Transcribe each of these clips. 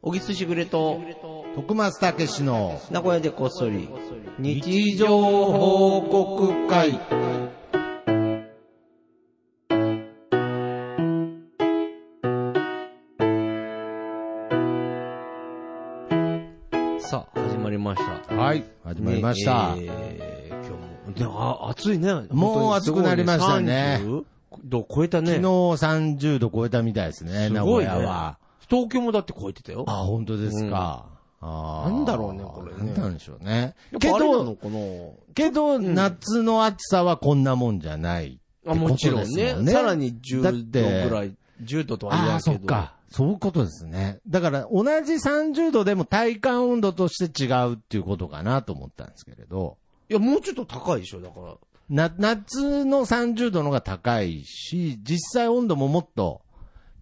おぎつしぐれと、徳松たけしの名古屋でこっそり、日常報告会。さあ、始まりました。はい始まりました、ねえー今日も、であ暑いね。もう暑くなりましたね本当にすごい。30度超えたね。昨日30度超えたみたいですね名古屋は、すごいね。東京もだって超えてたよ。あ本当ですか、あーなんだろうねこれねなんなんでしょうねやっぱけあれなのどかなけど、夏の暑さはこんなもんじゃないあ、もちろんってことでねすもん。ねさらに10だ度ってぐらい、10度とは言わあなあいけーど。そっかそういうことですねだから同じ30度でも体感温度として違うっていうことかなと思ったんですけれどいや、もうちょっと高いでしょ、だから。な、夏の30度のが高いし、実際温度ももっと、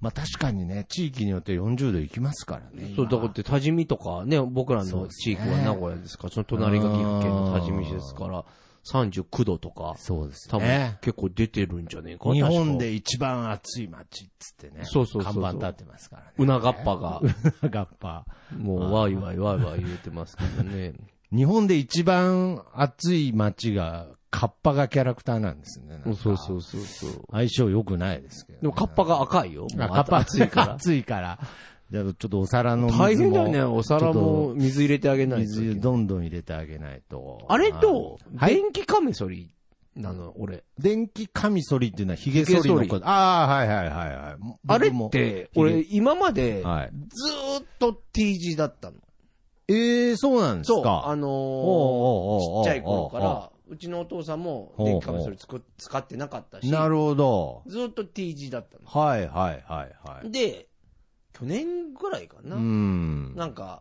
まあ確かにね、地域によって40度いきますからね。そう、今だからって、多治見とかね、僕らそうのです地ね域は名古屋ですから、その隣が岐阜県の多治見市ですから、39度とか、そうです多分ね。結構出てるんじゃねえか、日本確か。で一番暑い街っつってね。そうそうそうそう看板立ってますからね。うながっぱが、うながっぱ。もうワイワイワイワイ言ってますけどね。日本で一番暑い街が、カッパがキャラクターなんですね。なんかそうそうそうそう。相性良くないですけどね、でも、カッパが赤いよ。あ、カッパ暑いから。ら。暑いから。じゃあちょっとお皿の水も。大変だよね、お皿も水入れてあげないと。水どんどん入れてあげないと。あれと、はいはい。電気カミソリなの、俺。電気カミソリっていうのはヒゲ剃りのこと。ああ、はいはいはいはい。あれ僕もっ、て、俺、今まで、ずはい。ーっと T 字だったの。ええそうなんですか。そう、あのーおうおうおうおうおうちっちゃい頃から、うちのお父さんも電気カミソリつく使ってなかったし、なるほど。ずーっと T 字だったの。はいはいはいはい。で、去年ぐらいかな、うん。なんか、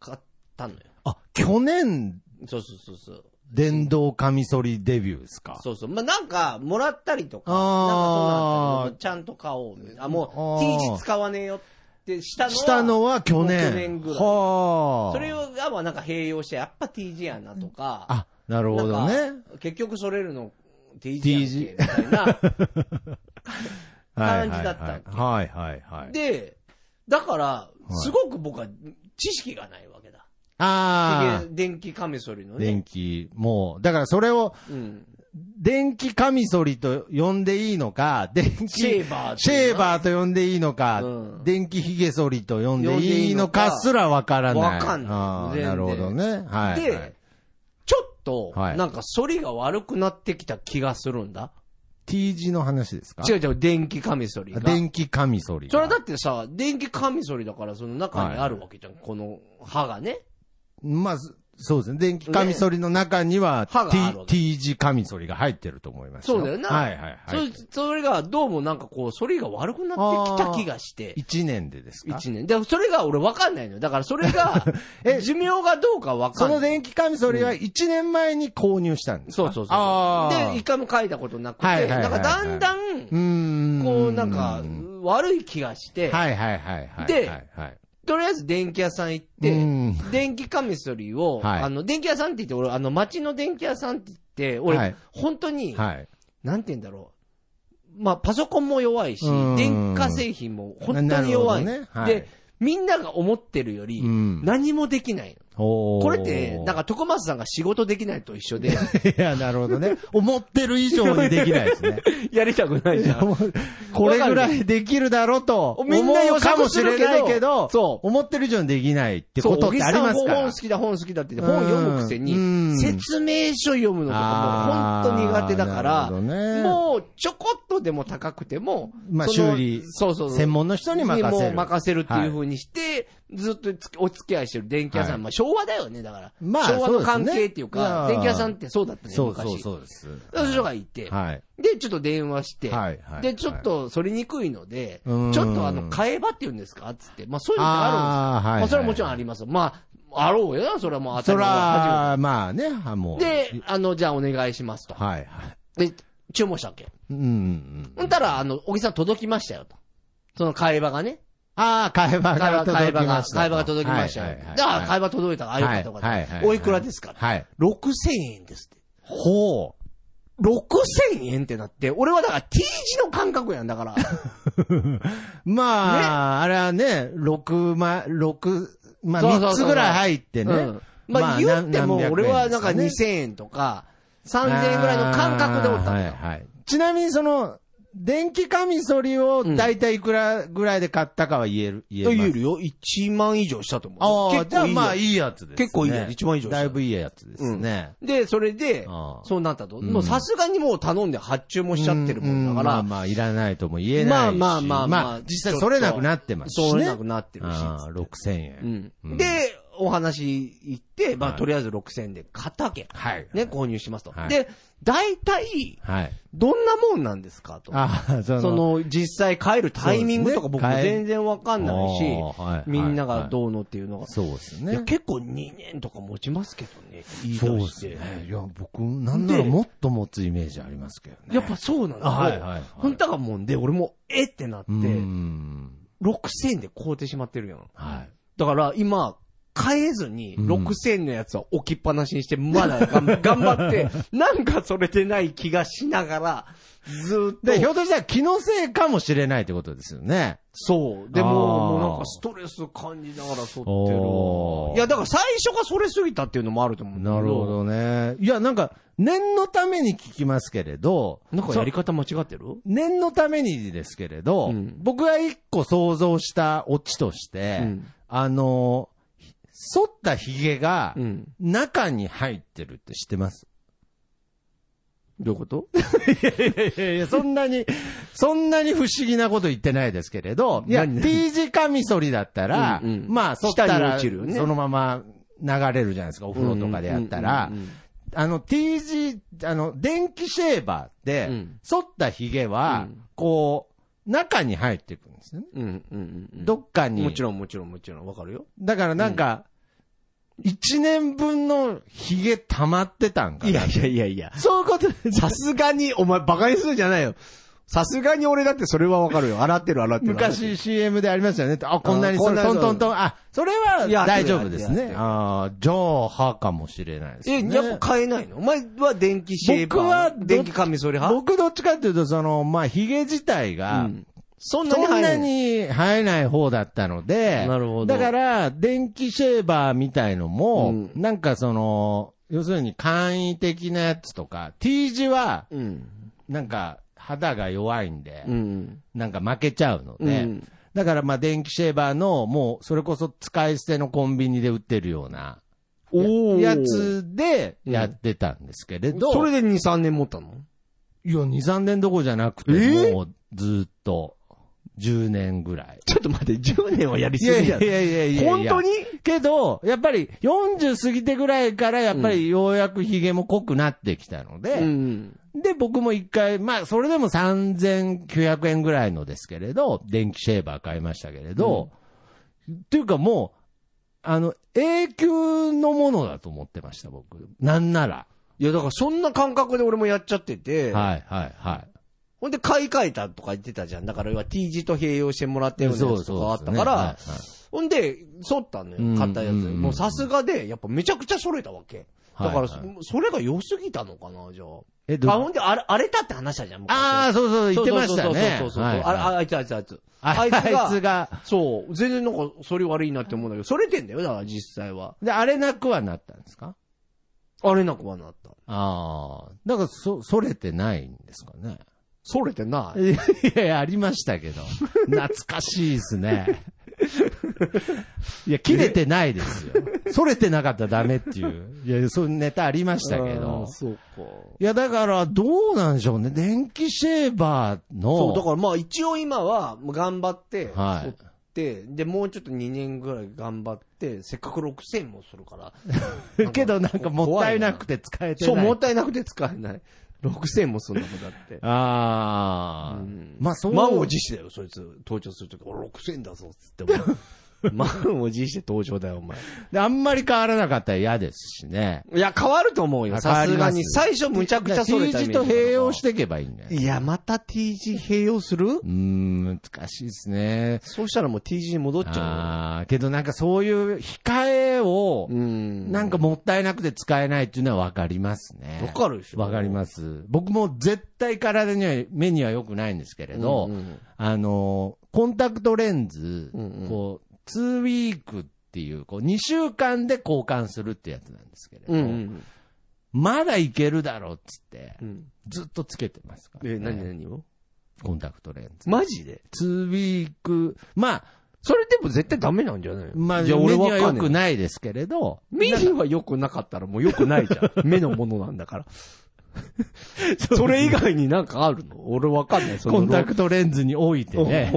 買ったのよ。あ、去年、そうそうそうそう。電動カミソリデビューですか。そうそう。まあ、なんか、もらったりとか、あーなんかそうなんだけどちゃんと買おうみたいな。あ、あもーう T 字使わねえよってしたのは。したのは去年。もう去年ぐらいはあ。それを、がまあなんか併用して、やっぱ T 字やなとか。あ、なるほどなねん。か。結局それるの T 字やんけ、みたい な。はいはいはい感じだったっけはいはいはい。で、だから、いすごく僕は知識がないわけだ。ああひげ。電気カミソリのね。電気、もう、だからそれを、うん。電気カミソリと呼んでいいのか、電気、シェーバーってシいうのェーバーと呼んでいいのか、うん電気ヒゲソリと呼んで呼んでいいいいののかかすらわからない。わかんないあー全然なるほどね。はい。はいで、ちょっと、はいなんか、反りが悪くなってきた気がするんだ。 T 字の話ですか違う違う、電気カミソリが。電気カミソリ。それはだってさ、電気カミソリだから、その中にあるわけじゃん。この刃がね。まあ、そそうですね。電気カミソリの中には、刃があるわけ T, T 字カミソリが入ってると思いますそうだよなはいはいはい。そそれが、どうもなんかこう、反りが悪くなってきた気がして。 1年でですか一年。で、それが俺分かんないのよ。だからそれ が、寿命がどうか分かそんない。の電気カミソリは1年前に購入したんですかそうそうあそう。ーで、一回も書いたことなくて、はいはいはいはいなんかだんだん、うーん。こうなんか、悪い気がして、はいはいはいはい。ではいはい、とりあえず電気屋さん行っうて、ん電気カミソリを、はいあの、電気屋さんって言って、俺、あの、街の電気屋さんって言って、は俺い、本当に、はい。なんて言うんだろう。まあ、パソコンも弱いしうん、電化製品も本当に弱い。なるほどねはいで、みんなが思ってるより、うん何もできないの。ここれって、なん、か徳松さんが仕事できないと一緒で、 いや、なるほどね。思ってる以上にできないで すね。やりたくないじゃん。これぐらいできるだろうと、みんな思予うかも測しすれるけどないけど、そう思ってる以上にできないってそこう、と小って木ありさまんすもから。本好きだ、本好きだって言っうてん本読むくせうんに、説明書読むのとかもう本当苦手だかあーら、なるほどねもうちょこっとでも高くても、まあその修理そうそうそう専門の人に任せるもう任せるっていう風にして、ずっとつお付き合いしてる電気屋さん、はいまあ昭和だよね、だから。まあ昭和そのうですね関係っていういやかー、電気屋さんってそうだったね、そう昔。そうそうです。そういう人がいて、はい。で、ちょっと電話して、はいはいで、ちょっと反りにくいので、うんちょっとあの、買えばって言うんですかつって。まあ、そういうのってああるあ、んですよ。はい。まあ、それはもちろんありますよ。まあ、あろうよな、それはもう当たそり前ら、まあね、あもう。初めてで、あの、じゃあお願いしますと。はいはい。で、注文したわけ。うんうんうん。ほんたら、あの、小木さん届きましたよと。その買えばがね。ああ、会買え話がば、買届えばきまがし、た。買えばが届きましたはよいはいは。いだから、買えば届いたから、あよかったよかった。はいはいはいおいくらですかはい。 ?6000 円ですって。ほう。 6000円ってなって、俺はだから T 字の感覚やんだから。まあ、あれはね、6ま、六まあそうそうそう3つぐらい入ってね。うんまあ言っても、俺はなんか2000円とか、3000円ぐらいの感覚でおったんあーだはいよ。はい。ちなみにその、電気カミソリを大体いくらぐらいで買ったかは言える、言えとまいすうより1万以上したと思あう。あ、じゃあまあいいいよ。いやつです、ね。結構いいやつ一番以上しただいぶいいやつですね。で、それであ、あそうなったと。んもうさすがにもう頼んで発注もしちゃってるもんだかうらん、まあまあ、いらないとも言えないし。まあまあまあまあ実際それなくなってますしね。そうなくなってるし。ああ6000円。うんで、お話行って、まあはいとりあえず6000円で買ったわけ。はい。ね、購入しますとは。いで、大体、はい。どんなもんなんですかと。ああ、その、その、実際帰るタイミングとかそうで僕すねも全然わかんないしあーはい、みんながどうのっていうのが。そうですいやね。結構2年とか持ちますけどね、言いそう出でしすて。ね。いや、僕、なんならでもっと持つイメージありますけどね。やっぱそうなの。はいはいはい本当だからもんで、俺も、えってなって、う6000ん。円で買うてしまってるやん。はい。だから今、買えずに、うん6000円のやつは置きっぱなしにして、まだ頑張頑張って、なんかそれでない気がしながら、ずーっと。で、ひょっとしたら気のせいかもしれないってことですよね。そう。でも、あーもうなんかストレス感じながら撮っておーる。いや、だから最初がそれすぎたっていうのもあると思うんだけなるほ。どね。いや、なんか、念のために聞きますけれど、なんかやり方間違ってる念のためにですけれど、うん僕が一個想像したオチとして、うんあの、剃った髭がうん。中に入ってるって知ってますどういうこといやいや、そんなに、 そんなに不思議なこと言ってないですけれど、いや、何 T 字カミソリだったら、うんうんまあ、そった下にら、落ちるよねそのまま流れるじゃないですか、お風呂とかでやったら、うんうんうんうんあの、T 字、あの、電気シェーバーって、うん剃った髭は、うんこう、中に入っていくんですよね。うんうんうん。どっかに。もちろんもちろんもちろんわかるよ。だからなんか、一年分の髭溜まってたんかな。いやいやいや。そういうこと さすがに、お前バカにするんじゃないよ。さすがに俺だってそれはわかるよ。洗ってる洗ってる。昔 CM でありましたよね。あ、こんなにあそこんれ、なトにントントン。あ、それはいや大丈夫ですやってねる。ああ、じゃあ、歯かもしれないですえ、ね。やっぱ買えないのお前は電気シェーバー僕はど電気カミソリ派僕どっちかっていうと、その、まあ、髭自体うが、んそんなそにん入ならない。に生えない方だったので、なるほどだから、電気シェーバーみたいのも、うんなんかその、要するに簡易的なやつとか、T 字は、うん。なんか、肌が弱いんで、うん。なんか負けちゃうので、うんだからまあ電気シェーバーのもうそれこそ使い捨てのコンビニで売ってるようなおーやつでやってたんですけれど、それで2、3年持ったのいや2、3年どころじゃなくて、えーもうずっと10年ぐらい。ちょっと待って、10年はやりいすやぎいじゃやんい。やいやいや本当にけど、やっぱり40過ぎてぐらいからやっぱりようやく髭も濃くなってきたので、ん。で、僕も一回、まあ、それでも3900円ぐらいのですけれど、電気シェーバー買いましたけれど、っていうかもう、あの、永久のものだと思ってました、僕。なんなら。いや、だからそんな感覚で俺もやっちゃってて、はい、はい、はほんで買い替えたとか言ってたじゃん。だから要は T 字と併用してもらってい。るやつとかあったから、そうそうですほんで、剃ったのうんよ、買ったやつ。うんもうさすがで、やっぱめちゃくちゃ揃えたわけ。ねだはから、いはいはいそそれが良すぎたのかな、じゃあ。え、どあ、ほんで、あれ、荒れたって話だじゃん、昔ああ、そうそう、言ってましたそね。うそうそうそう。はいはいあれああいつ、あいつ、あいつ。ああいいつつがが。がそう。全然なんか、それ悪いなって思うんだけど、それてんだよ、だから実際は。で、あれなくはなったんですか荒れなくはなった。ああ。だから、そ、それてないんですかね。それてない。いやいや、ありましたけど。懐かしいで すね。いや、切れてないですよ。それてなかったらダメって いう。いや、そういうネタありましたけあーど。そうか。いや、だから、どうなんでしょうね。電気シェーバーそう、だの、からまあ一応今は、もう頑張って、はい剃って、で、もうちょっと2年ぐらい頑張って、せっかく6000もするから。 けどなんかもったいなくて使えてない。そう、もったいなくて使えない。6000もすんだもんだって。ああ、うんまあ、そう。 満を持してだよ、そいつ。登場するとき、俺6000だぞ、つって。満を持して登場だよ、お前。であんまり変わらなかったら嫌ですしね。いや、変わると思うよ、変わさりすまがすに。最初むちゃくちゃそれ T たイ字メーとジだけど併用していけばいいんじゃないいや、また T 字併用するうーん、難しいですね。そうしたらもう T 字に戻っちゃああ、けどなんかそういう控えうをよ。、うん。なんかもったいなくて使えないっていうのはわかりますわね。かるでしょ。わかります。僕も絶対体には、目には良くないんですけれど、うんうんあの、コンタクトレンズ、うんうんこう、2ウィークっていう、こう、2週間で交換するってやつなんですけれど、うんうんまだいけるだろうっつって、うん。ずっとつけてますから、ね。え、何何をコンタクトレンズ。マジで2ウィーク、まあ、それでも絶対ダメなんじゃないまあ、じゃ目にはわか良んくない。ないですけれど、目には良くなかったらもう良くないじゃ ん。目のものなんだから。それ以外になんかあるの俺わかんない。そのコンタクトレンズにおいてね、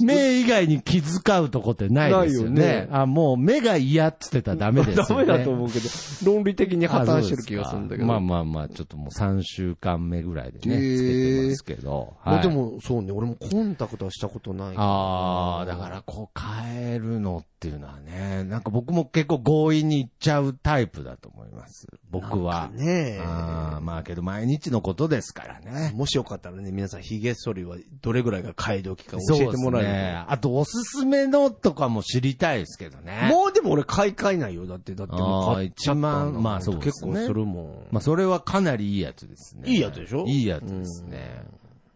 目以外に気遣うとこってないですよね。ないよねあ、もう目が嫌っつってたらダメですよダね。メだと思うけど、論理的に破綻してる気がするんだけど。あそうですかまあまあまあ、ちょっともう3週間目ぐらいでへね、ーつけてますけど。まはあい、でも、そうね、俺もコンタクトはしたことない。ああ、だからこう変えるのっていうのはね、なんか僕も結構強引にいっちゃうタイプだと思います。僕は。ねあーまあけど毎日のことですからね。もしよかったらね、皆さん、髭剃りはどれぐらいが買い時か教えてもらえそうるですね。あとおすすめのとかも知りたいですけどね。もうでも俺買い替えないよ。だって、だってもう買っちゃったんだあー一も万んまあそうですね結構するもん。まあ、それはかなりいいやつですね。いいやつでしょいいやつですね。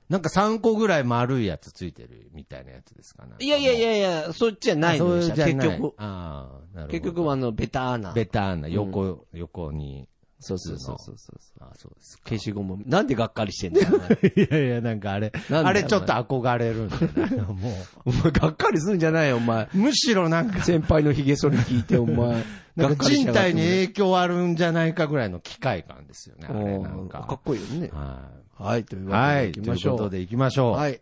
なんか3個ぐらい丸いやつついてるみたいなやつですかね。いやいやいやいや、そっちじゃないそのうよ。じゃない結局。ああ、なるほど。結局はあの、ベターな。ベターな、横、横に。そうそうそうそうそう。ああ、そうですか。消しゴム。なんでがっかりしてんだよ。お前いやいや、なんかあれ、なんだよあれちょっと憧れるんだよな、もお前、 がっかりすんじゃないよ、お前。 う。むしろなんか、先輩の髭剃り聞いて、お前。 なんか人体にえ影響あるんじゃないかぐらいの機械感ですよね、あれなんか。かっこいいよね。ははい、といい。うわはけい、で行きといましうょこう。とで行きましょう。はい。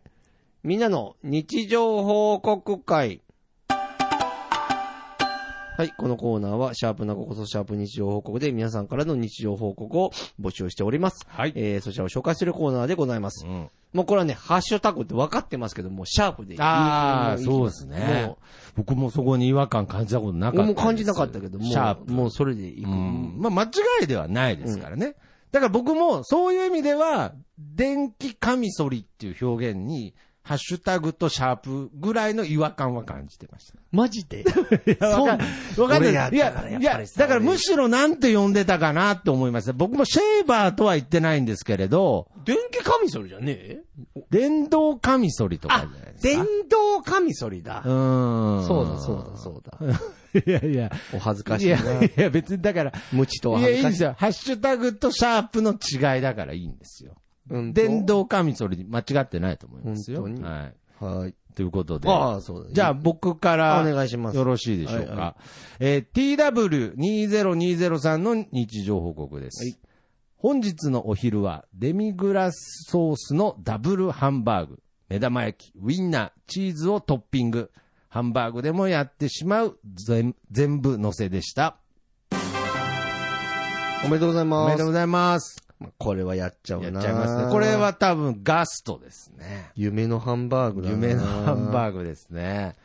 みんなの日常報告会。はい。このコーナーは、シャープなここそシャープ日常報告で皆さんからの日常報告を募集しております。はいえー、そちらを紹介するコーナーでございます。うんもうこれはね、ハッシュタグって分かってますけども、シャープでいいああ、いいそうですねも。僕もそこに違和感感じたことなかうっ俺た。も感じなかったけども、シャープ。もうそれでいく。うん。まあ、間違いではないですからね。だから僕も、そういう意味では、電気カミソリっていう表現に、ハッシュタグとシャープぐらいの違和感は感じてました。マジ でそうわかん俺なやい。いだからやや、っいぱやり、さだからむしろなんて呼んでたかなって思いました。僕もシェーバーとは言ってないんですけれど、電気カミソリじゃねえ電動カミソリとかじあゃないで、す電か。動カミソリだ。うん。そうだ、そうだ、そうだ。う。いやいや。お恥ずかしいいやな。いや、別にだから、無知とはいや、恥いいずかんでしすい。よ。ハッシュタグとシャープの違いだからいいんですよ。うんと電動カミソリ間違ってないと思いますよ。本当にははい。い。ということで。ああ、そうだ。じゃあ、僕からお願いしますよろしいでしょうはいはか。えー、TW2020 さんの日常報告です。はい本日のお昼は、デミグラスソースのダブルハンバーグ、目玉焼き、ウインナー、チーズをトッピング、ハンバーグでもやってしまう全全部乗せでした。おめでとうございおめまでとうす。ございます。これはやっちゃうな。やっちゃいますね。これ、は多分ガストですね。夢のハンバーグだな。夢のハンバーグですね。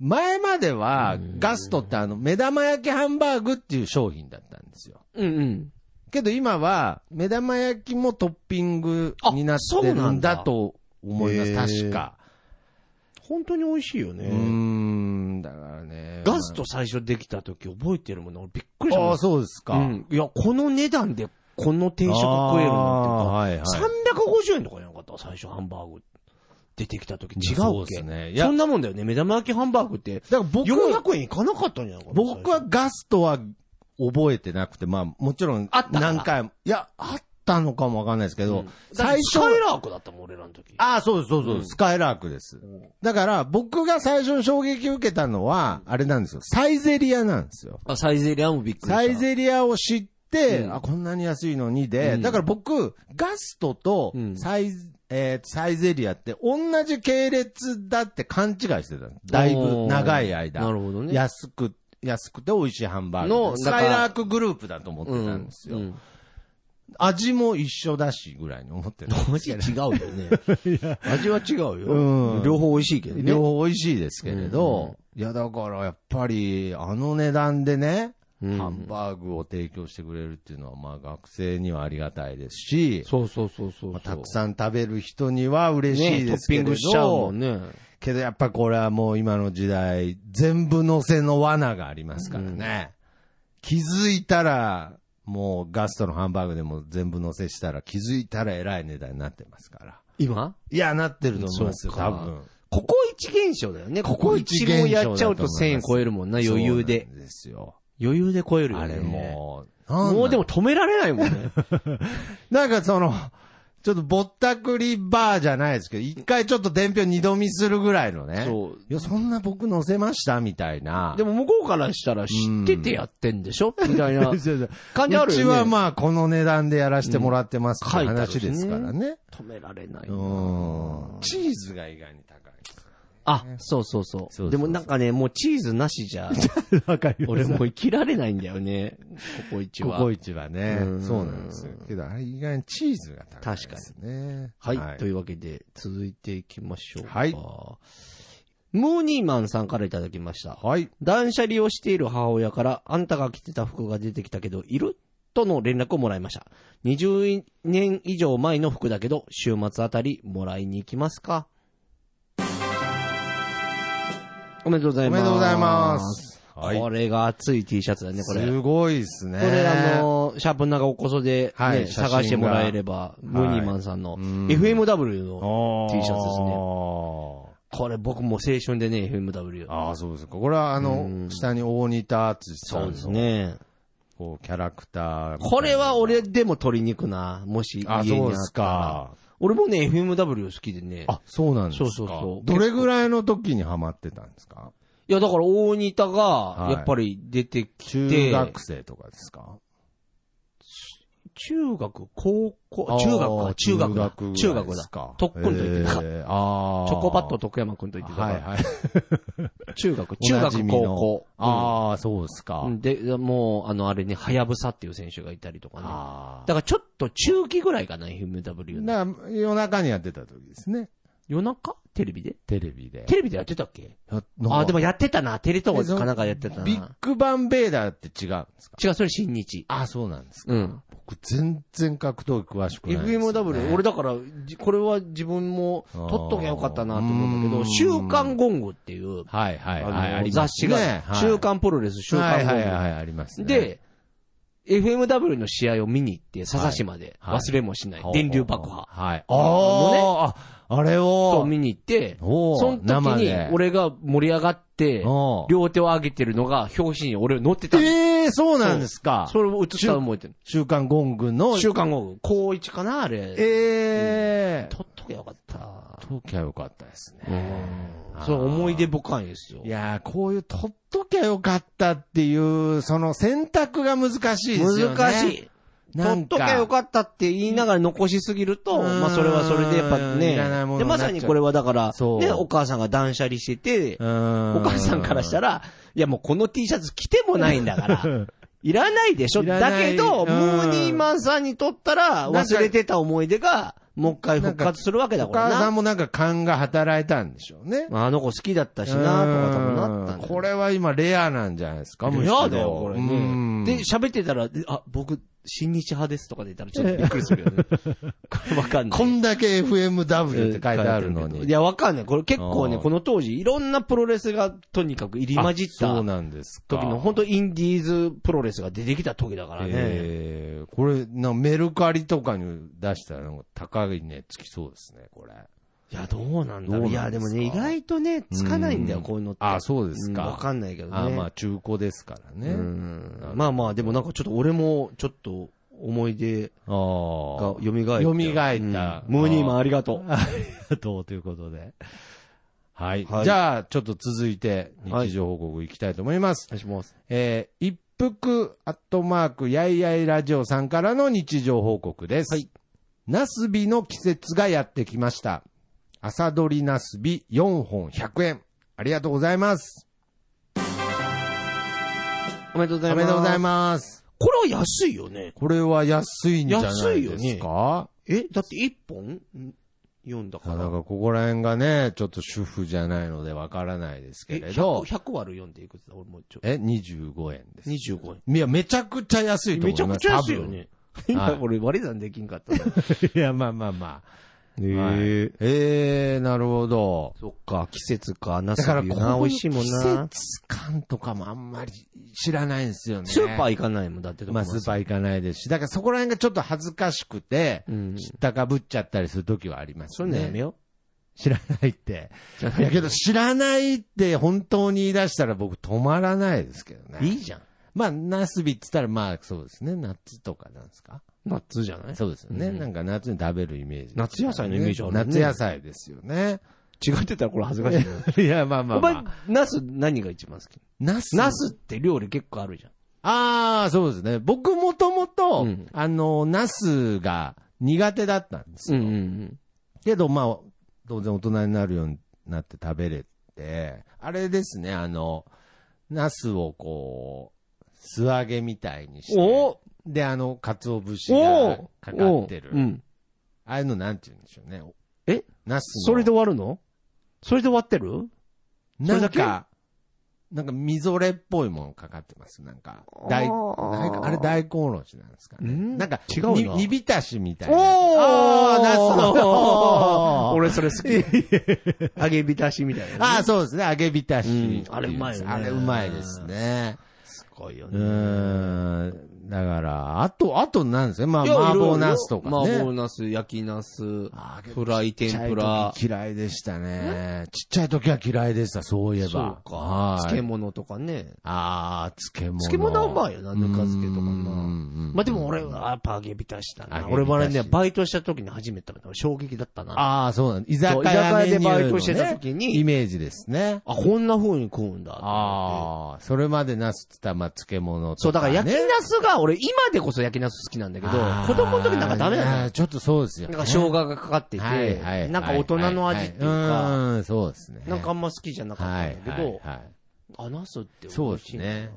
前まではガストってあの目玉焼きハンバーグっていう商品だったんですよ。ーグ。うんうん。けど今は目玉焼きもトッピングになってあそうるなんんだだと思います。へー確か。本当に美味しいようーね。ん、だからね。ガスト最初できた時覚えてるもの、俺びっくりしあまあ、した。そうですか。うん。いや、この値段でこの定食食えるあーのはいはいっていうか、350円とかじゃなかった最初ハンバーグ出てきた時。違そううっでけすねいやそんなもんだよね。目玉焼きハンバーグって、だから僕400円いかなかったんじゃないかな。僕はガストは覚えてなくて、まあもちろんあったかな何回も、いや、あったのかもわかんないですけど、最初。ス最初カイラークだったもん、俺らの時。ああ、そうです、そうです、スカイラークです。だから僕が最初に衝撃を受けたのは、あれなんですよ、サイゼリアなんですよ。あ、サイゼリアもびっくりした。サイゼリアを知って、うんあ、こんなに安いのにで、うんだから僕、ガストとうんサイ,、えーサイゼリアって同じ系列だって勘違いしてたのだいぶ長い間。なるほどね。安く、安くて美味しいハンバーグ。のスカイラークグループだと思ってたんですよ。うん味も一緒だし、ぐらいに思ってる。味違うよね。 味は違うよ。うん両方美味しいけ どね。両方美味しいですけれど、いやだからやっぱり、あの値段でね、うんハンバーグを提供してくれるっていうのは、まあ学生にはありがたいですし、そうそうそうそうそう。まあたくさん食べる人には嬉ねしいですトッピけれンど、グしちゃうもんね。けどやっぱこれはもう今の時代、全部乗せの罠がありますからね。気づいたら、もうガストのハンバーグでも全部乗せしたら気づいたら偉い値段になってますから。今いや、なってると思いますよ、そうか多分。ココイチ現象だよね。ココイチココイもチ現象やっちゃうとだと思います1000円超えるもんな、余裕でそ。うなんですよ。余裕で超えるよね。あれ。もう、なんだもうでも、止められないもんね。なんかその、ちょっとぼったくりバーじゃないですけど、一回ちょっと伝票二度見するぐらいのね。そう。いや、そんな僕乗せましたみたいな。でも向こうからしたら知っててやってんでしょみたい な感じあるよね。うちはまあ、この値段でやらせてもらってますってうん話ですからね。止められない。うん。チーズが意外に高い。あ、そうそうそうそうそうでもなんかね、もうチーズなしじ ゃ、高い俺もう生きられないんだよね。ココイチコは。コイチはねう。んそうなんですよ。けど、あれ意外にチーズが高いですね。はい、とい。いううわけで、続いていきましょうか。はいムーニーマンさんからいただきました。はい。断捨離をしている母親から、あんたが着てた服が出てきたけど、いるとの連絡をもらいました。20年以上前の服だけど、週末あたりもらいに行きますかおめでとうございおます。めでとうございます。はいこれが熱い T シャツだね、これ。すごいですね。これ、あ、の、シャープ長おこそで、ねはい写真が探してもらえれば、ムーニーマンさんのうん FMW の、 T T シャツですねね。これ僕も青春でね、FMW。ああ、そうですか。これは、あうの、ん下に大仁田敦さそうんですの、ね。こう、キャラクターみたいな。これは俺でも取りに行くな、もし家にああ、っそうでたすら。か。俺もね、FMW 好きでね。あ、そうなんですか。そうそうそうどれぐらいの時にハマってたんですかいや、だから大仁田が、いやっぱり出てきて、中学生とかですか中学、高校、中学あーか、中学だ。中学だ。だとっくんと言ってたえーああ。チョコパット徳山くんと言ってたかはいら、はい。中学、お中なじ学、みの高校。ああ、そうですか。うんで、もう、あの、あれね、はやぶさっていう選手がいたりとかね。あだからちょっと中期ぐらいかな、FMW あ。の。だから夜中にやってた時ですね。夜中テレビでテレビで。テレビでやってたっけあ、あ、でも、もやってたな。テレ東かなんかやってたな。ビッグバンベーダーって違うんですか違う、それ新日。あ、そうなんですか。うん。僕、全然格闘技詳しくないんですよね、 FMW、俺だから、じこれは自分も取っときゃよかったなと思うんだけうど、ん週刊ゴングっていう、はいはいはい。ああのり雑ま誌すが、ねはい週刊プロレス、週は刊いゴンはグ。いはい、ありますね。で、FMW の試合を見に行って、笹島で、はい忘れもしなほうほい、う、電流爆破。はい。あのあ、ああれそう、を、見に行って、おーその時生にで、俺が盛り上がって、おー両手を上げてるのが表紙に俺乗ってたの。ええそうなんですか。それを映したの覚えてる。週刊ゴングの、週刊ゴング。高一かなあれ。ええ撮っとけばよかった。取っときゃよかったですね。うん。そう、思い出深いですよい。やー、こういう取っときゃよかったっていう、その選択が難しいですよね。難し。い。な撮んっかとけばよかったって言いながら残しすぎると、うんまあそれはそれでやっぱいらないね。で、ものになまっちゃうさにこれはだから、そうね、お母さんが断捨離してて、うおん。母さんからしたら、いやもうこの T シャツ着てもないんだ から、いらないでしょ。いらないだけど、うんムーニーマンさんにとったら、なんか忘れてた思い出が、もう一回復活するわけだおから母さんな。もなんか勘が働いたんでしょうね。あの子好きだったしな、とか多分なったんだよねこれは今レアなんじゃないですか、むしろ嫌だよ、これうんね。で、喋ってたら、であ、僕、新日派ですとかで言ったらちょっとびっくりするよね。これわかんない。 こんだけ FMW って書いてあるのいに。や、わかんない。これ結構ね、うんこの当時、いろんなプロレスがとにかく入り混じっあたそうなんですか。時の、本当インディーズプロレスが出てきた時だからね。えーこれ、なメルカリとかに出したら、なんか高いね、つきそうですね、これ。いや、どうなんだろう。どうなんですかいや、でもね、意外とね、つかないんだよ、うんこういうのって。あ、そうですうんわか。かんないけどね。あ、まあ、中古ですからうね。んまあまあ、でもなんかちょっと俺も、ちょっと、思い出ああ。 が蘇った。蘇ったうんムーニーマンありがとう。ありがとうということで。はい。はいじゃあ、ちょっと続いて、日常報告いきたいと思います。お願いします。えー一服アットマーク、やいやいラジオさんからの日常報告です。はいナスビの季節がやってきました。朝取りナスビ4本100円。ありがとうございます。おめでとうごおめでとうございます。これは安いよね。これは安いんじゃないですか、え、だって1本読んだかあらだ。からここら辺がね、ちょっと主婦じゃないのでわからないですえ、けれど100、、100割る読んでいくつだ俺もちょ、え、25円です。 25円。いや、めちゃくちゃ安いと思めいちゃます。くちゃ安いよね。はい今俺割り算できんかったな。多分。いや、まあまあまへあ。はいえ。えー、なるほど。そっか、季節か、ナだスから、ビこな、美ういう味しいもんな。季節感とかもあんまり知らないんですよね。スーパー行かないもん、だって。まあ、スーパー。ー行かないですし、だからそこら辺がちょっと恥ずかしくて、うん。知ったかぶっちゃったりする時はありますそういうのやめね。よ知らないって。う。いやけど、知らないって本当に言い出したら僕止まらないですけどね。いいじゃん。まあ、ナスビって言ったら、まあ、そうですね。夏とかなんですか夏じゃないそうですよね。うんなんか夏に食べるイメージ、夏野菜のイメージあるね夏野菜ですよね。違ってたらこれ恥ずかしいな。いや、まあまあおま前あ。、ナス何が一番好きナスナスって料理結構あるじゃん。ああ、そうですね。僕もともとうん、あの、ナスが苦手だったんですよ。うんうん。けど、まあ、当然大人になるようになって食べれて、あれですね、あの、ナスをこう、素揚げみたいにして、おで、あの、鰹節おがかかってうる。ん。ああいうのなんて言うんでしょうね。えナスのそれで終わるのそれで終わってるそなれんだけか、なんか、みぞれっぽいものかかってます。なんか、大、あなんーかあれ大根おろしなんですかね。んなんか、違うなに煮浸しみたいおな。あーナスお の。俺それ好き。揚げ浸しみたいなね。 ああ、そうですね。揚げ浸しっていやつ、うんあれうまいよねあれうまいですね。すごいよう。ーん。だから、あと、あとなんですね。まあ、いや麻いろいろ婆ナスとか麻ね婆。ナス、焼きナス、あーフライ天ぷらちっ、ちゃい時嫌いでしたね。ちっちゃい時は嫌いでした、そういえば。そうかはい、漬物とかね。ああ、漬物。漬物はうまいよなぬか漬けとかなうんうんうんまあでも俺はやっぱ揚げ浸しだな。揚げ浸し俺もあれね、バイトした時に初めて食べたの衝撃だったな。あ、ああ、そうなん居酒そう屋居酒屋でメニューのバイトしてた時ねにイメージですね。こんな風に食うんだ。ああ、それまでナスって言ったら、まあ、漬物とか、ね。そう、だから焼きナスが、俺今でこそ焼きナス好きなんだけど、あー子供の時なんかダメだいなやちょっとそうですよ、なね。んか生姜がかかってて、はいはいはいなんか大人の味っていうははか、はうん、そうですね。なんかあんま好きじゃなかったんだけはいど、はいはいあ、ナスって美そう味でしすいなね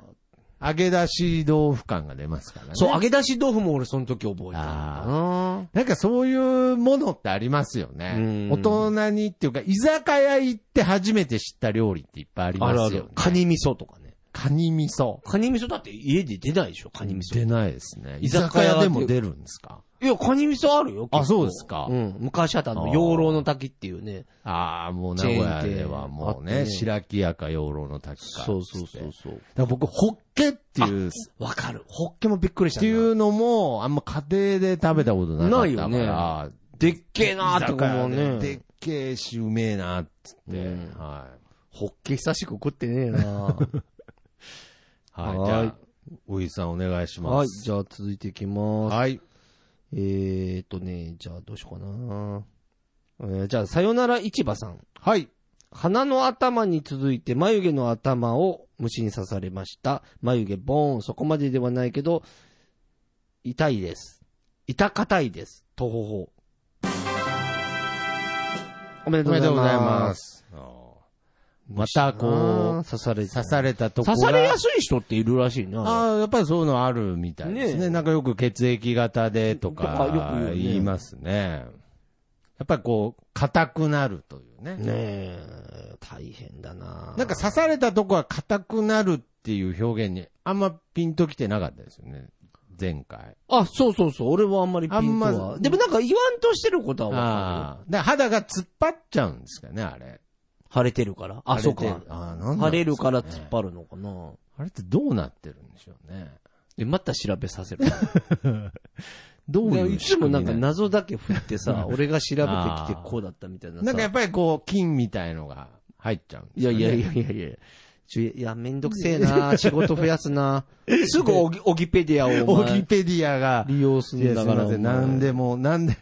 揚げ出し豆腐感が出ますからね。そう、揚げ出し豆腐も俺その時覚えてるんだななんかそういうものってありますよね。う大ん人にっていうか、居酒屋行って初めて知った料理っていっぱいありあまするよ、ある。ね。カニ味噌とかね。カニ味噌。カニ味噌だって家で出ないでしょ、カニ味噌。出ないですね。居居酒酒屋屋ででも出るんですかいや、カニ味噌あるよ。結構あそうですかうん。昔あったあの、養老の滝っていうね。ああ、もう名古屋ではもうチェーンね、店白木屋か養老の滝か。だかそう。ら僕、ホッケっていう、っわかる。ホッケもびっくりしたな。ていうのも、あんま家庭で食べたことなかったから。ないよでっけえなーってとこも居酒屋ででねっ。けえし、うめえなっつって。うんはい。ホッケ久しく食ってねえなはい。はいじゃあ、おいさんお願いしまはい、す。じゃあ続いていきます。はい。えーっとね、じゃあどうしようかな。えーじゃあ、さよなら市場さん。はい。鼻の頭に続いて眉毛の頭を虫に刺されました。眉毛ボーン、そこまでではないけど、痛いです。痛かたいです。とほほ。おめでおとうござめでというございま。ますす。あーまた、こあー刺されう、刺されたとこ刺ろ。されやすい人っているらしいな。ああ、やっぱりそういうのあるみたいですね。ねえなんかよく血液型でととかよく言うかね言いますね。やっぱりこう、硬くなるというね。ねえ、大変だな。なんか刺されたとこは硬くなるっていう表現にあんまピンときてなかったですよね。前回。あ、そうそうそう。俺はあんまりピンとは。あんまでもなんか言わんとしてることはわかああ。だから肌が突っ張っちゃうんですかね、あれ。る。晴れてるから。あ、そうか。あーなん晴れるから突っる。張るのかな。あれってどうなってるんでしょうね。で、また調べさせ る。どういういつもなんか謎だけ振ってさ、俺が調べてきてあーこうだったみたいなさ。なんかやっぱりこう、菌みたいのが入っちゃうんでいすやかねいやいやいやいや。ちょいや、めんどくせえな仕事増やす なすぐオギ、オギペディアをお オキ前ペディアが。利用すいるんや、すだいから。ません。何でも、何で、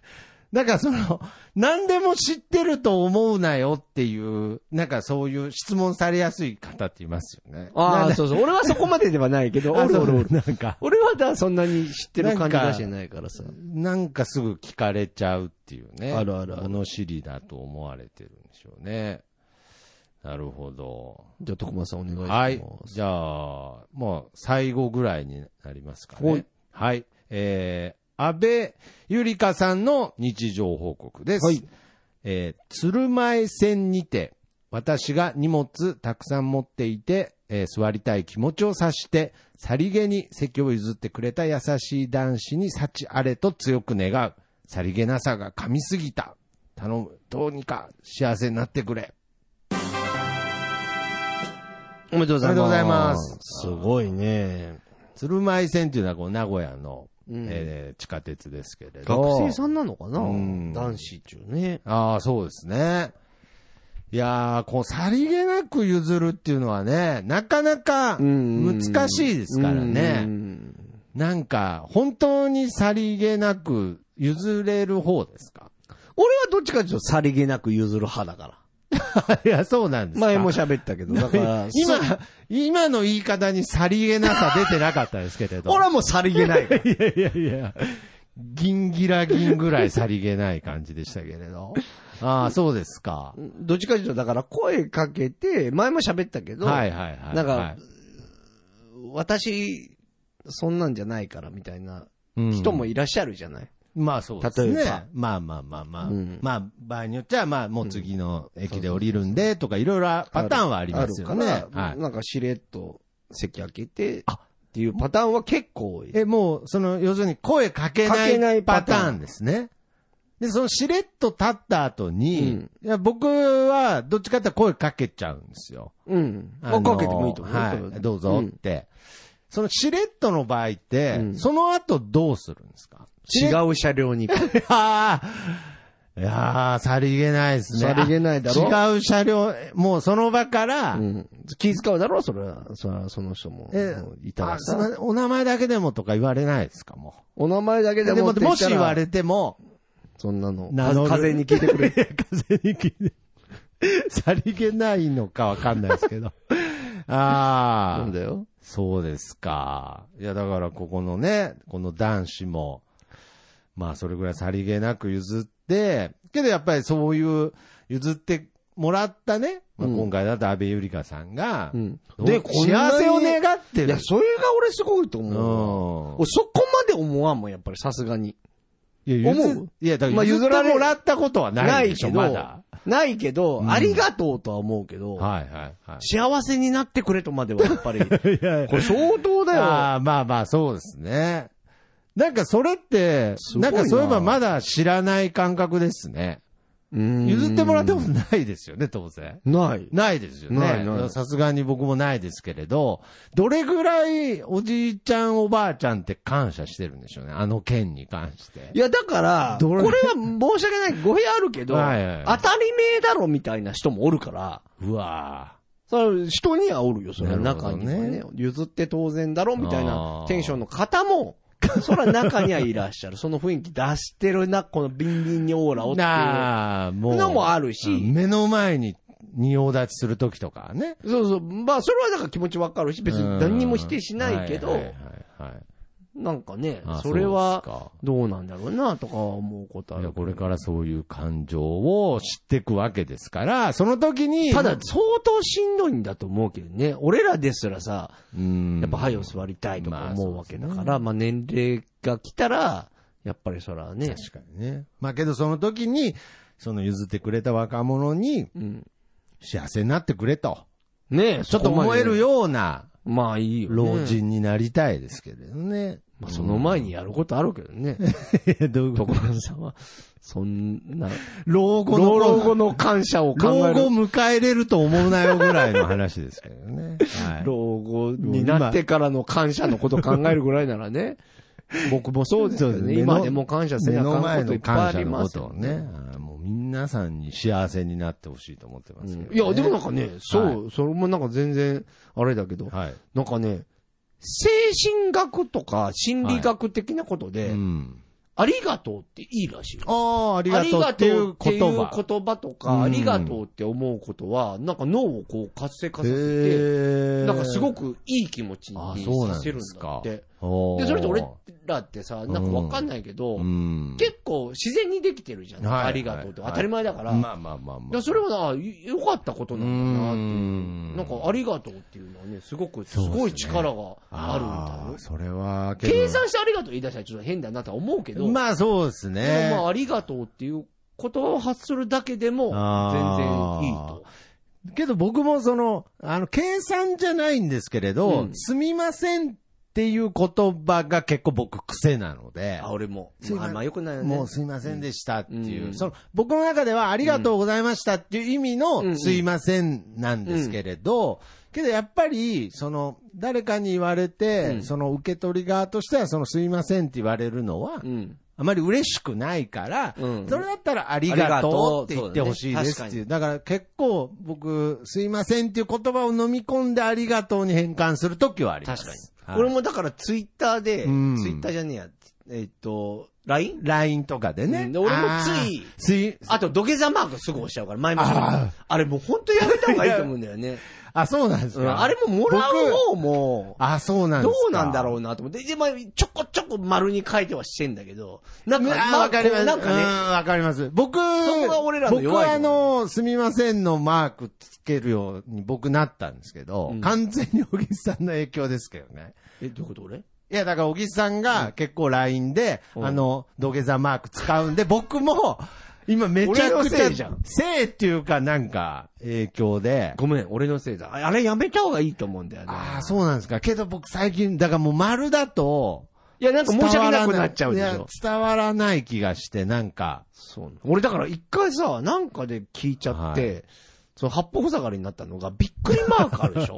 だからその、 何でも知ってると思うなよっていう、なんかそういう質問されやすい方っていますよね。あなんあ、だそうそう。俺はそこまでではないけど、 あおるそおうるおる。 なんか、俺はだ、そんなに知ってる感じなんか出してないからさ。なんかすぐ聞かれちゃうっていうね。あるあるある物知りだと思われてるんでしょうね。なるほど。じゃあ、徳間さんお願いします。はい。じゃあ、まあ、最後ぐらいになりますかね。はい。はい。えー、安倍ゆりかさんの日常報告です。はいえー、鶴舞線にて、私が荷物たくさん持っていて、えー座りたい気持ちを察して、さりげに席を譲ってくれた優しい男子に幸あれと強く願う。さりげなさが噛みすぎた。頼む。どうにか幸せになってくれ。おめでとうございます。おめでとうございますすごいね。鶴舞線っていうのはこう名古屋の、うんえー地下鉄ですけれど。学生さんなのかなうん男子中ね。ああ、そうですね。いやー、こう、さりげなく譲るっていうのはね、なかなか難しいですからうね。んなんか、本当にさりげなく譲れる方ですか 俺はどっちかというとさりげなく譲る派だから。いや、そうなんですか。前も喋ったけど、だから、今す、今の言い方にさりげなさ出てなかったですけれど。俺はもうさりげ ないから。いやいやいや、銀ギラ銀ぐらいさりげない感じでしたけれ ど。ああ、そうですか。どっちかというと、だから声かけて、前も喋ったけど、はいはいはい。なんかはい私、そんなんじゃないからみたいなうん人もいらっしゃるじゃない。まあそうです例ねえば。まあまあまあまあ。うんまあ場合によっては、まあもう次の駅で降りるんでとかいろいろパターンはありますよね。あるから、はい。なんかしれっと席開けて、あっていうパターンは結構多い。え、もう、その、要するに声かけかけなないいパパタターンーンですね。で、そのしれっと立った後に、いや僕はどっちかっていうと声かけちゃうんですよ。うん。あのかけてもいいと思う。はい。どうぞんって。そのしれっとの場合って、うんその後どうするんですか違う車両 に行く。いやー、 いやーさりげないですさね。りげないだろあ違う車両、もうその場から、うん気遣うだろそれは、それはその人もえ。いたあらすいまさ。せんお名前だけでもとか言われないですか、もお名前だけう。ででもも、って言もったしら言われても、そんなの。名乗る風に聞いてくれ。風に聞いて、 さりげないのかわかんないで すけど。あなんあ、だよ。そうですか。いや、だからここのね、この男子も、まあそれぐらいさりげなく譲って、けどやっぱりそういう譲ってもらったね、まあ、うん今回だと安倍ゆりかさんが、うんで、こんなに幸せを願ってる。いや、それが俺すごいとう思う。ん俺そこまで思わんもん、やっぱりさすがに。いや、思譲ういや、だかまらあ譲譲ってられもらったことはないでしょ、なまいけどだ。ないけど、うんありがとうとは思うけど、はいはいはい。幸せになってくれとまではやっぱり、これ いや相当だよ。あーまあまあ、そうですね。なんかそれって、すごないなんかそういえばまだ知らない感覚ですね。譲ってもらったことないですよね、当然。ない。ないですよないなね。いさすがに僕もないですけれど、どれぐらいおじいちゃんおばあちゃんって感謝してるんでしょうね、あの件に関してい。や、だから、どこれれは申し訳ない。語弊あるけど、はいはい当たり前だろみたいな人もおるから、うわそれは人にはおるよ、それはなるほ中どにねはね譲って当然だろみたいあなーテンションの方も、そら中にはいらっしゃる。その雰囲気出してるな、このビンビンにオーラをー。っていなあ、もうう。のもあるし、目の前に仁王立ちする時とかね。そうそう。まあ、それはだから気持ちわかるし、別に何にも否定しないけうんどはい、はいはいはいなんかねあ、それはそうですかどうなんだろうな、とか思うことあいやる。これからそういう感情を知っていくわけですから、その時に。ただ、相当しんどいんだと思うけどね。俺らですらさ、うん、やっぱ、はい、お座りたいとまかあ思うわけだから、まあ、年齢が来たら、やっぱりそらね、確かにね。まあけど、その時に、その譲ってくれた若者にうん。幸せになってくれと。ねえ、ちょっと思えるよ。ようなまあ、いいよ、ね。老。人になりたいですけれどね。まあ、その前にやることあるけどね。 どういうこ徳丸さんは、そんな、と老後の、老後の感謝を考老え後る。迎えれると思うなよぐらいの話ですけどね。はい。老後になってからの感謝のことを考えるぐらいなら ね。僕もそうですよそうでね。すね今でも感謝せ目なあのか前んこといのっぱいあ感謝りのまこすとよをね、あーもう皆さんに幸せになってほしいと思ってまうすけど、んねいや、でもなんかね、そう、それもなんか全然、あれだけど、はい。なんかね、精神学とか心理学的なことで、うん。ありがとうっていいらしいよ。ああ、ありがとうっていう言ありがとうってい葉う。言葉とうんか、ありがとうって思うことは、なんか脳をこう活性化させて、へえなんかすごく、くいい気持ちあにそうなんさせるでんすだかって。。あおーで、それって俺らってさ、なんかわかんないけど、うん。結構自然にできてるじゃん。はいありがとうってはい当たり前だから。まあまあまあいまあ。やそれはな、よかったことなんだなっていうう。んなんか、ありがとうっていうのはね、すごく、すそうですねごい力があるみたいあーよ。それは、けど計算してありがとう言い出したらちょっと変だなとは思うけど、まあそうですでね。もまあ、ありがとうっていう言葉を発するだけでも、あー全然いいと。けど僕もその、あの、計算じゃないんですけれど、うんすみませんっていう言葉が結構僕癖なので、あ、俺も。すいままあ、まあ、よくないよね。もうすみませんでしたっていう、うんその、僕の中ではありがとうございましたっていう意味うんうのんすいませんなんですけれど、けどやっぱり、その、誰かに言われて、うんその受け取り側としてはそのすいませんって言われるのは、うん。あまり嬉しくないから、うんそれだったらありがとうってありがとう言ってほしいですっていう。そだから結構僕、すいませんっていう言葉を飲み込んでありがとうに変換するときはありま確かにす。。俺も。もだから、ツイッターで、ツイうんッターじゃねえや、えっと、LINE? LINE とかでね。うんで俺もついあーつい、あと、土下座マークすぐ押しちゃうから、前も言ったあーあれもう本当やめた方がいいと思うんだよね。あ、そうなんですうんか。あれももらう方も、あ、そうなんでどすか。うなんだろうなと思って、で、まあ、ちょこちょこ丸に書いてはしてんだけど、なんうん。か、あ、わかります。なんかうね、んわかります。僕、こが俺らの弱いとこ僕はあの、すみませんのマークつけるように僕なったんですけど、うん完全に小木さんの影響ですけどね。え、どういうこと俺いや、だから、小木さんが結構 LINE で、うんあの、土下座マーク使うんで、僕も、今めちゃ俺のくちゃ、せいじゃんせいっていうか、なんか、影響で。ごめん、俺のせいだ。ああれやめた方がいいと思うんだよね。ああ、そうなんですか。けど僕最近、だからもう丸だと、いや、なんか申し訳なくなっちゃうでいしやょ。伝わらない気がして、なんか、そうなの俺だから一回さ、なんかで聞いちゃって、はその八方塞がりになったのが、びっくりマークあるでしょ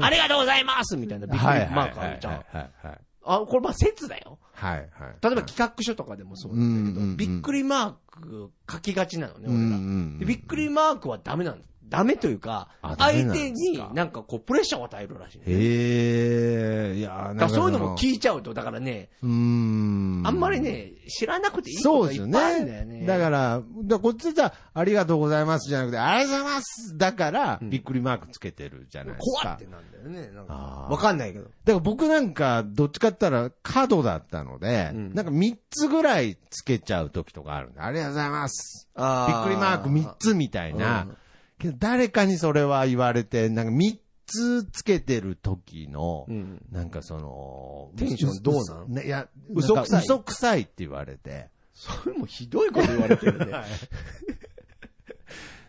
ありがとうございますみたいなびっくりマークあるじゃん。はいはいあ、これまあ説だよ。はい。はいはい。例えば企画書とかでもそうなんだけど、うんうんうんびっくりマーク書きがちなのね、うんうんう俺ら。んでびっくりマークはダメなんだ。ダメというか、あダメな相んです手かになんかこうプレッシャーを与えるらしいのね。へえ、いやーだからそういうのもい聞いちゃうと、だからね、うーん。あんまりね、知らなくていいこそとうがでいすよっぱいあるんだねよ。ね。だから、だこっちじゃ、ありがとうございますじゃなくて、ありがとうございますだから、うんびっくりマークつけてるじゃないです怖か。ってなんだよね。なんかあーわかんないけど。だから僕なんか、どっちかって言ったら、角だったので、うんなんか3つぐらいつけちゃう時とかあるんで、ありがとうございますびびっくりマーク3つみたいな。うんけど、誰かにそれは言われて、なんか3つつけてる時の、うん。なんかその、テンションどうなんねいや、嘘くさいなんか嘘くさいって言われて。それもひどいこと言われてる ね。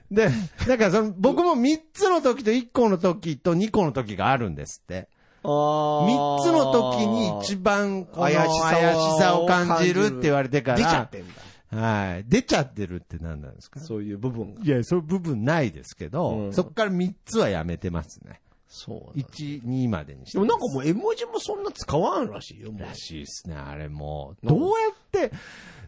で、だからその、僕も3つの時と1個の時と2個の時があるんですって。3 3つの時に一番この怪しさを感じるって言われてから、出ちゃってんだ。はい。出ちゃってるって何なんですかそういう部分が。いや、そういう部分ないですけど、うんそこから3つはやめてますね。そうなんだ1、2までにしてでまもす。なんかもう絵文字もそんな使わんらしいよ、もうらしいですね、あれもう。なんどかうやって、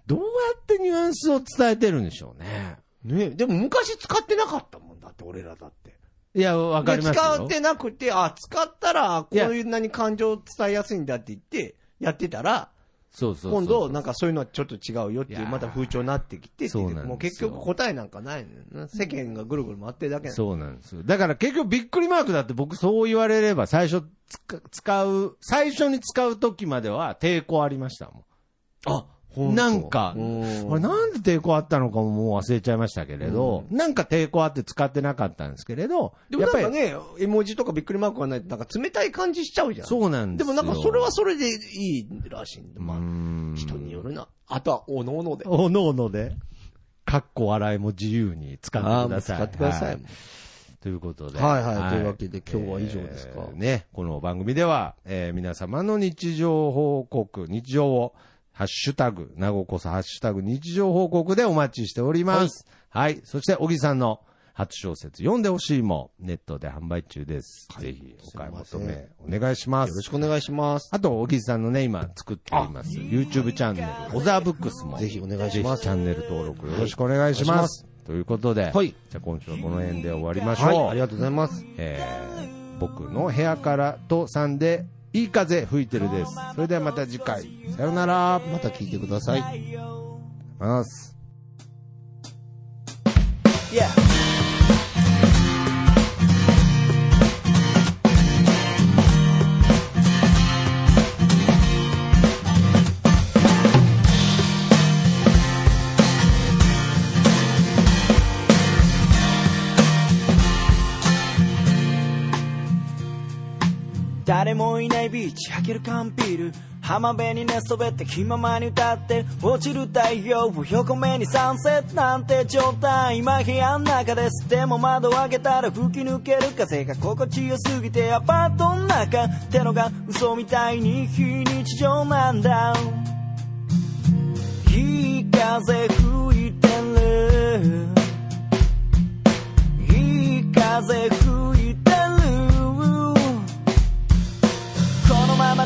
どうやってニュアンスを伝えてるんでしょうね。ねでも昔使ってなかったもんだって、俺らだって。いや、わかりますよ。で使ってなくて、あ、使ったら、こういやいうなに感情伝えやすいんだって言って、やってたら、そうそうそうそう今度、なんかそういうのはちょっと違うよってい、いうやーまた風潮になってきてっていそうなんですよもう結局答えなんかないのよな世間がぐるぐる回ってるだけなのそうなんですよ。だから結局びっくりマークだって僕そう言われれば最初つか使う、最初に使う時までは抵抗ありましたもあ、ん。なんか、うん俺なんで抵抗あったのかももう忘れちゃいましたけれど、なんか抵抗あって使ってなかったんですけれど、でもなんやかっぱり、ね、絵文字とかびっくりマークがないと、なんか冷たい感じしちゃうじゃん。そうなんででもすよ。なんかそれはそれでいいらしいんで、まうあ、ん人によるな。あとは、おのおので。おのおので、かっこ笑いも自由に使ってください。あーもう使ってくださいはということで。はいはいというわけで今日は以上ですかえーね、この番組では、えー皆様の日常報告、日常を、ハッシュタグ、名護こそハッシュタグ日常報告でお待ちしております。はい。そして、小木さんの初小説、読んでほしいも、ネットで販売中です。はいぜひ、お買いすい求ませめ、お願いしまよろしす。くお願いします。あと、小木さんのね、今作っています、YouTube チャンネル、オザーブックスも、ぜひお願いしますぜひチャンネル登録よろしくお願いします。ということで、はいじゃあ今週はこの辺で終わりましょう。はい、ありがとうございます。えー僕の部屋からとさんでいい風吹いてるですそれではまた次回さよならまた聞いてくださいます「誰もいないビーチ開ける缶ビール浜辺に寝そべって気ままに歌って落ちる太陽を横目にサンセットなんて状態今部屋の中ですでも窓を開けたら吹き抜ける風が心地よすぎてアパートの中ってのが嘘みたいに非日常なんだいい風吹いてるいい風吹いてるこのまま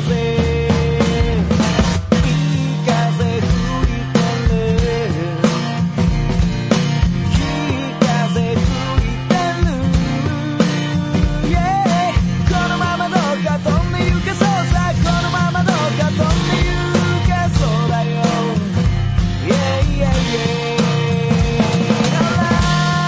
うぜいい風吹いてるいい風吹いてる Yeah このままどうか飛んで行けそうさこのままどうか飛んで行けそうだよ Yeah yeah yeah Alright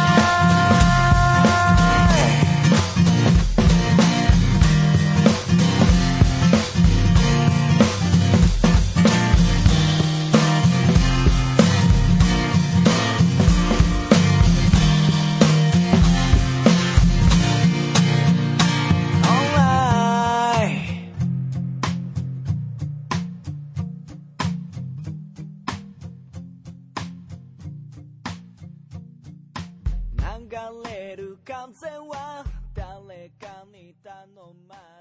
オンライン流れる風は誰かに頼まれ